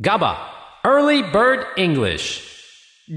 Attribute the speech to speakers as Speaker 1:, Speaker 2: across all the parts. Speaker 1: GABA, Early Bird English.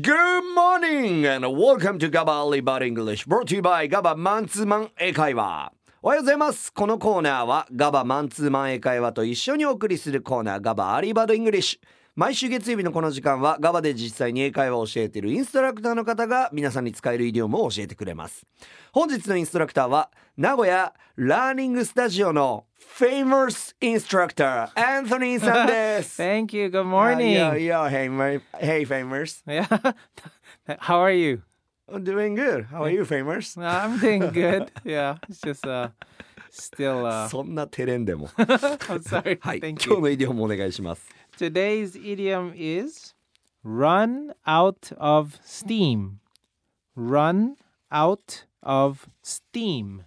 Speaker 2: Good morning and welcome to GABA Early Bird English brought to you by GABA マンツーマン英会話おはようございますこのコーナーは GABA マンツーマン英会話と一緒にお送りするコーナー GABA アリバードイングリッシュ毎週月曜日のこの時間は GABA で実際に英会話を教えているインストラクターの方が皆さんに使えるイディオムを教えてくれます本日のインストラクターは名古屋ラーニングスタジオの famous instructor Anthony さんです
Speaker 3: Thank you. Good
Speaker 2: Yo,
Speaker 3: morning.
Speaker 2: yo, hey, my, hey, famers.
Speaker 3: Yeah. How are you?
Speaker 2: I'm doing good. How are you, famers?
Speaker 3: I'm doing good. Yeah. It's just uh still uh
Speaker 2: そんな照れんでも。
Speaker 3: I'm sorry.
Speaker 2: はい、今
Speaker 3: Thank
Speaker 2: 日
Speaker 3: you.
Speaker 2: のイディオムお願いします。
Speaker 3: Today's idiom is run out of steam. Run out of steam.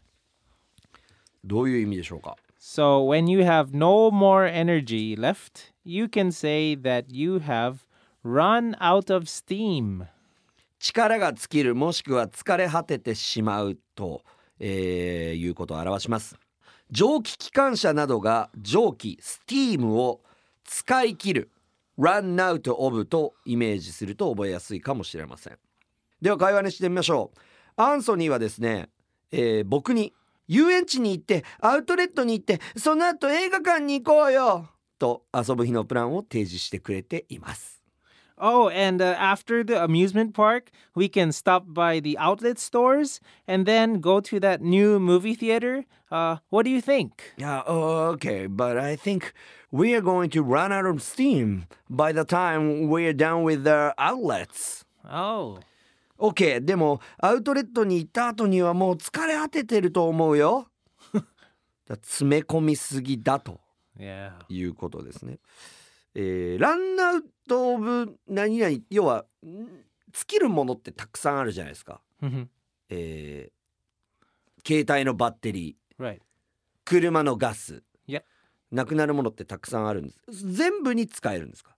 Speaker 2: どういう意味でしょうか
Speaker 3: So when you have no more energy left, you can say that you have run out of steam.
Speaker 2: 力が尽きるもしくは疲れ果ててしまうと、えーいうことを表します。蒸気機関車などが蒸気、スティームを使い切る、run out of とイメージすると覚えやすいかもしれません。では会話にしてみましょう。アンソニーはですね、えー僕に遊園地に行ってアウトレットに行ってその後映画館に行こうよと遊ぶ日のプランを提示してくれています。
Speaker 3: Oh, and uh, after the amusement park, we can stop by the outlet stores and then go to that new movie theater. Uh, what do you think?
Speaker 2: Yeah, oh, okay, but I think we are going to run out of steam by the time we're done with the outlets.
Speaker 3: Oh.
Speaker 2: OK, でもアウトレットに行った後にはもう疲れ果ててると思うよ。 だ詰め込みすぎだと
Speaker 3: Yeah.
Speaker 2: いうことですね。えー、ランアウト・オブ・何々要はん尽きるものってたくさんあるじゃないですか。
Speaker 3: Mm-hmm.
Speaker 2: えー、携帯のバッテリー
Speaker 3: right.
Speaker 2: 車のガス、
Speaker 3: Yep.
Speaker 2: なくなるものってたくさんあるんです全部に使えるんですか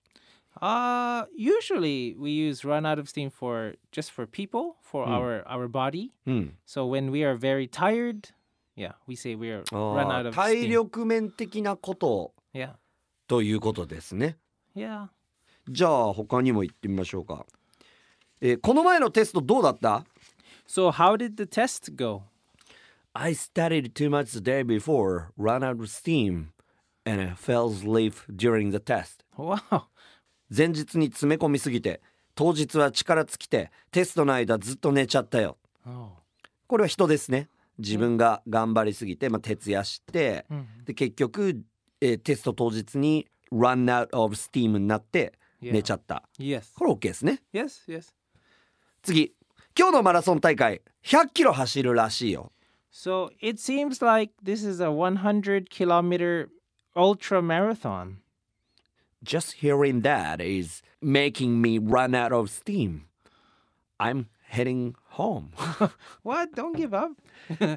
Speaker 3: Uh, usually we use run out of steam for just for people, for
Speaker 2: Hmm.
Speaker 3: our our body.
Speaker 2: うん、
Speaker 3: So when we are very tired, yeah, we say we are
Speaker 2: あ
Speaker 3: run out
Speaker 2: ー
Speaker 3: of
Speaker 2: 体
Speaker 3: steam.
Speaker 2: 力面的なこと
Speaker 3: Yeah.
Speaker 2: ということですね
Speaker 3: Yeah.
Speaker 2: じゃあ他にも行ってみましょうか、えーこの前のテストどうだった
Speaker 3: So how did the test go?
Speaker 2: I studied too much the day before run out of steam and I fell asleep during the test
Speaker 3: Wow.
Speaker 2: 前日に詰め込みすぎて当日は力尽きてテストの間ずっと寝ちゃったよ
Speaker 3: Oh.
Speaker 2: これは人ですね自分が頑張りすぎて、まあ、徹夜して、で結局、えーテスト当日に run out of steam になって寝ちゃった、
Speaker 3: Yes.
Speaker 2: これ OK ですね
Speaker 3: Yes. Yes.
Speaker 2: 次今日のマラソン大会100キロ走るらしいよ
Speaker 3: So it seems like this is a 100 kilometer ultra marathon.
Speaker 2: Just hearing that is making me run out of steam I'm heading home
Speaker 3: What? Don't give up.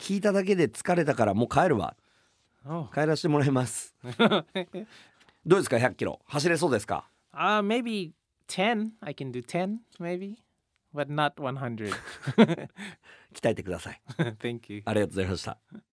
Speaker 2: 聞いただけで疲れたからもう帰るわ
Speaker 3: Oh.
Speaker 2: 帰らせてもらいますどうですか100キロ走れそうですか
Speaker 3: uh, maybe 10. I can do 10, maybe, but not 100.
Speaker 2: 鍛えてください
Speaker 3: Thank you.
Speaker 2: ありがとうございました